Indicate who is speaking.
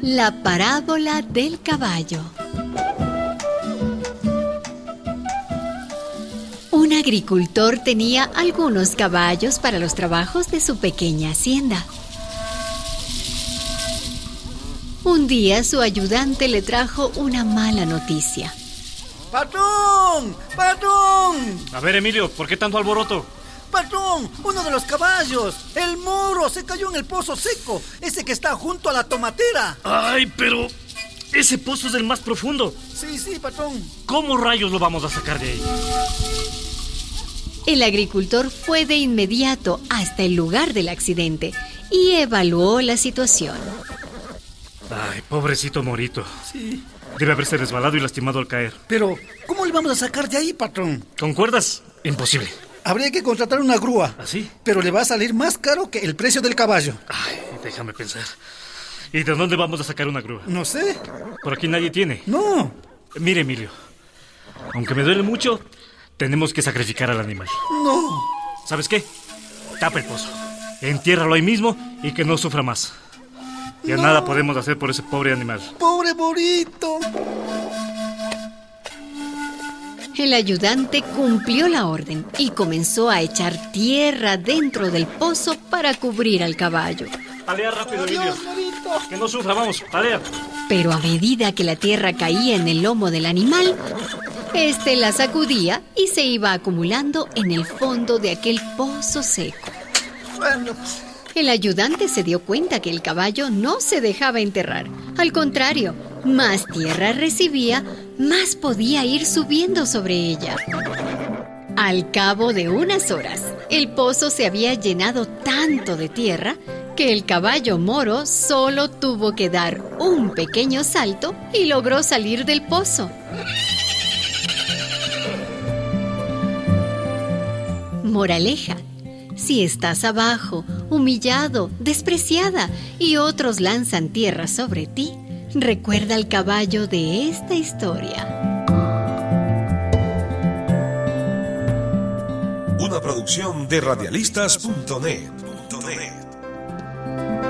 Speaker 1: La parábola del caballo. Un agricultor tenía algunos caballos para los trabajos de su pequeña hacienda. Un día su ayudante le trajo una mala noticia.
Speaker 2: ¡Patrón! ¡Patrón!
Speaker 3: A ver, Emilio, ¿por qué tanto alboroto?
Speaker 2: ¡Patrón! Uno de los caballos, el moro, se cayó en el pozo seco, ese que está junto a la tomatera.
Speaker 3: Ay, pero ese pozo es el más profundo.
Speaker 2: Sí, sí, patrón.
Speaker 3: ¿Cómo rayos lo vamos a sacar de ahí?
Speaker 1: El agricultor fue de inmediato hasta el lugar del accidente y evaluó la situación.
Speaker 3: Ay, pobrecito Morito.
Speaker 2: Sí.
Speaker 3: Debe haberse resbalado y lastimado al caer.
Speaker 2: Pero, ¿cómo le vamos a sacar de ahí, patrón?
Speaker 3: ¿Con cuerdas? ¿Ah, Imposible.
Speaker 2: Habría que contratar una grúa.
Speaker 3: ¿Así?
Speaker 2: Pero le va a salir más caro que el precio del caballo.
Speaker 3: Ay, déjame pensar. ¿Y de dónde vamos a sacar una grúa?
Speaker 2: No sé.
Speaker 3: Por aquí nadie tiene.
Speaker 2: No.
Speaker 3: Mire, Emilio. Aunque me duele mucho, tenemos que sacrificar al animal.
Speaker 2: No.
Speaker 3: ¿Sabes qué? Tapa el pozo. Entiérralo ahí mismo y que no sufra más. Ya
Speaker 2: No.
Speaker 3: nada podemos hacer por ese pobre animal.
Speaker 2: Pobre Borito.
Speaker 1: El ayudante cumplió la orden y comenzó a echar tierra dentro del pozo para cubrir al caballo.
Speaker 3: Palea rápido, Emilio.
Speaker 2: Adiós, Borito.
Speaker 3: Que no sufra, vamos, palea.
Speaker 1: Pero a medida que la tierra caía en el lomo del animal, este la sacudía y se iba acumulando en el fondo de aquel pozo seco.
Speaker 2: Bueno. pues,
Speaker 1: El ayudante se dio cuenta que el caballo no se dejaba enterrar. Al contrario, más tierra recibía, más podía ir subiendo sobre ella. Al cabo de unas horas, el pozo se había llenado tanto de tierra que el caballo moro solo tuvo que dar un pequeño salto y logró salir del pozo. Moraleja. Si estás abajo, humillado, despreciada y otros lanzan tierra sobre ti, recuerda el caballo de esta historia.
Speaker 4: Una producción de radialistas.net.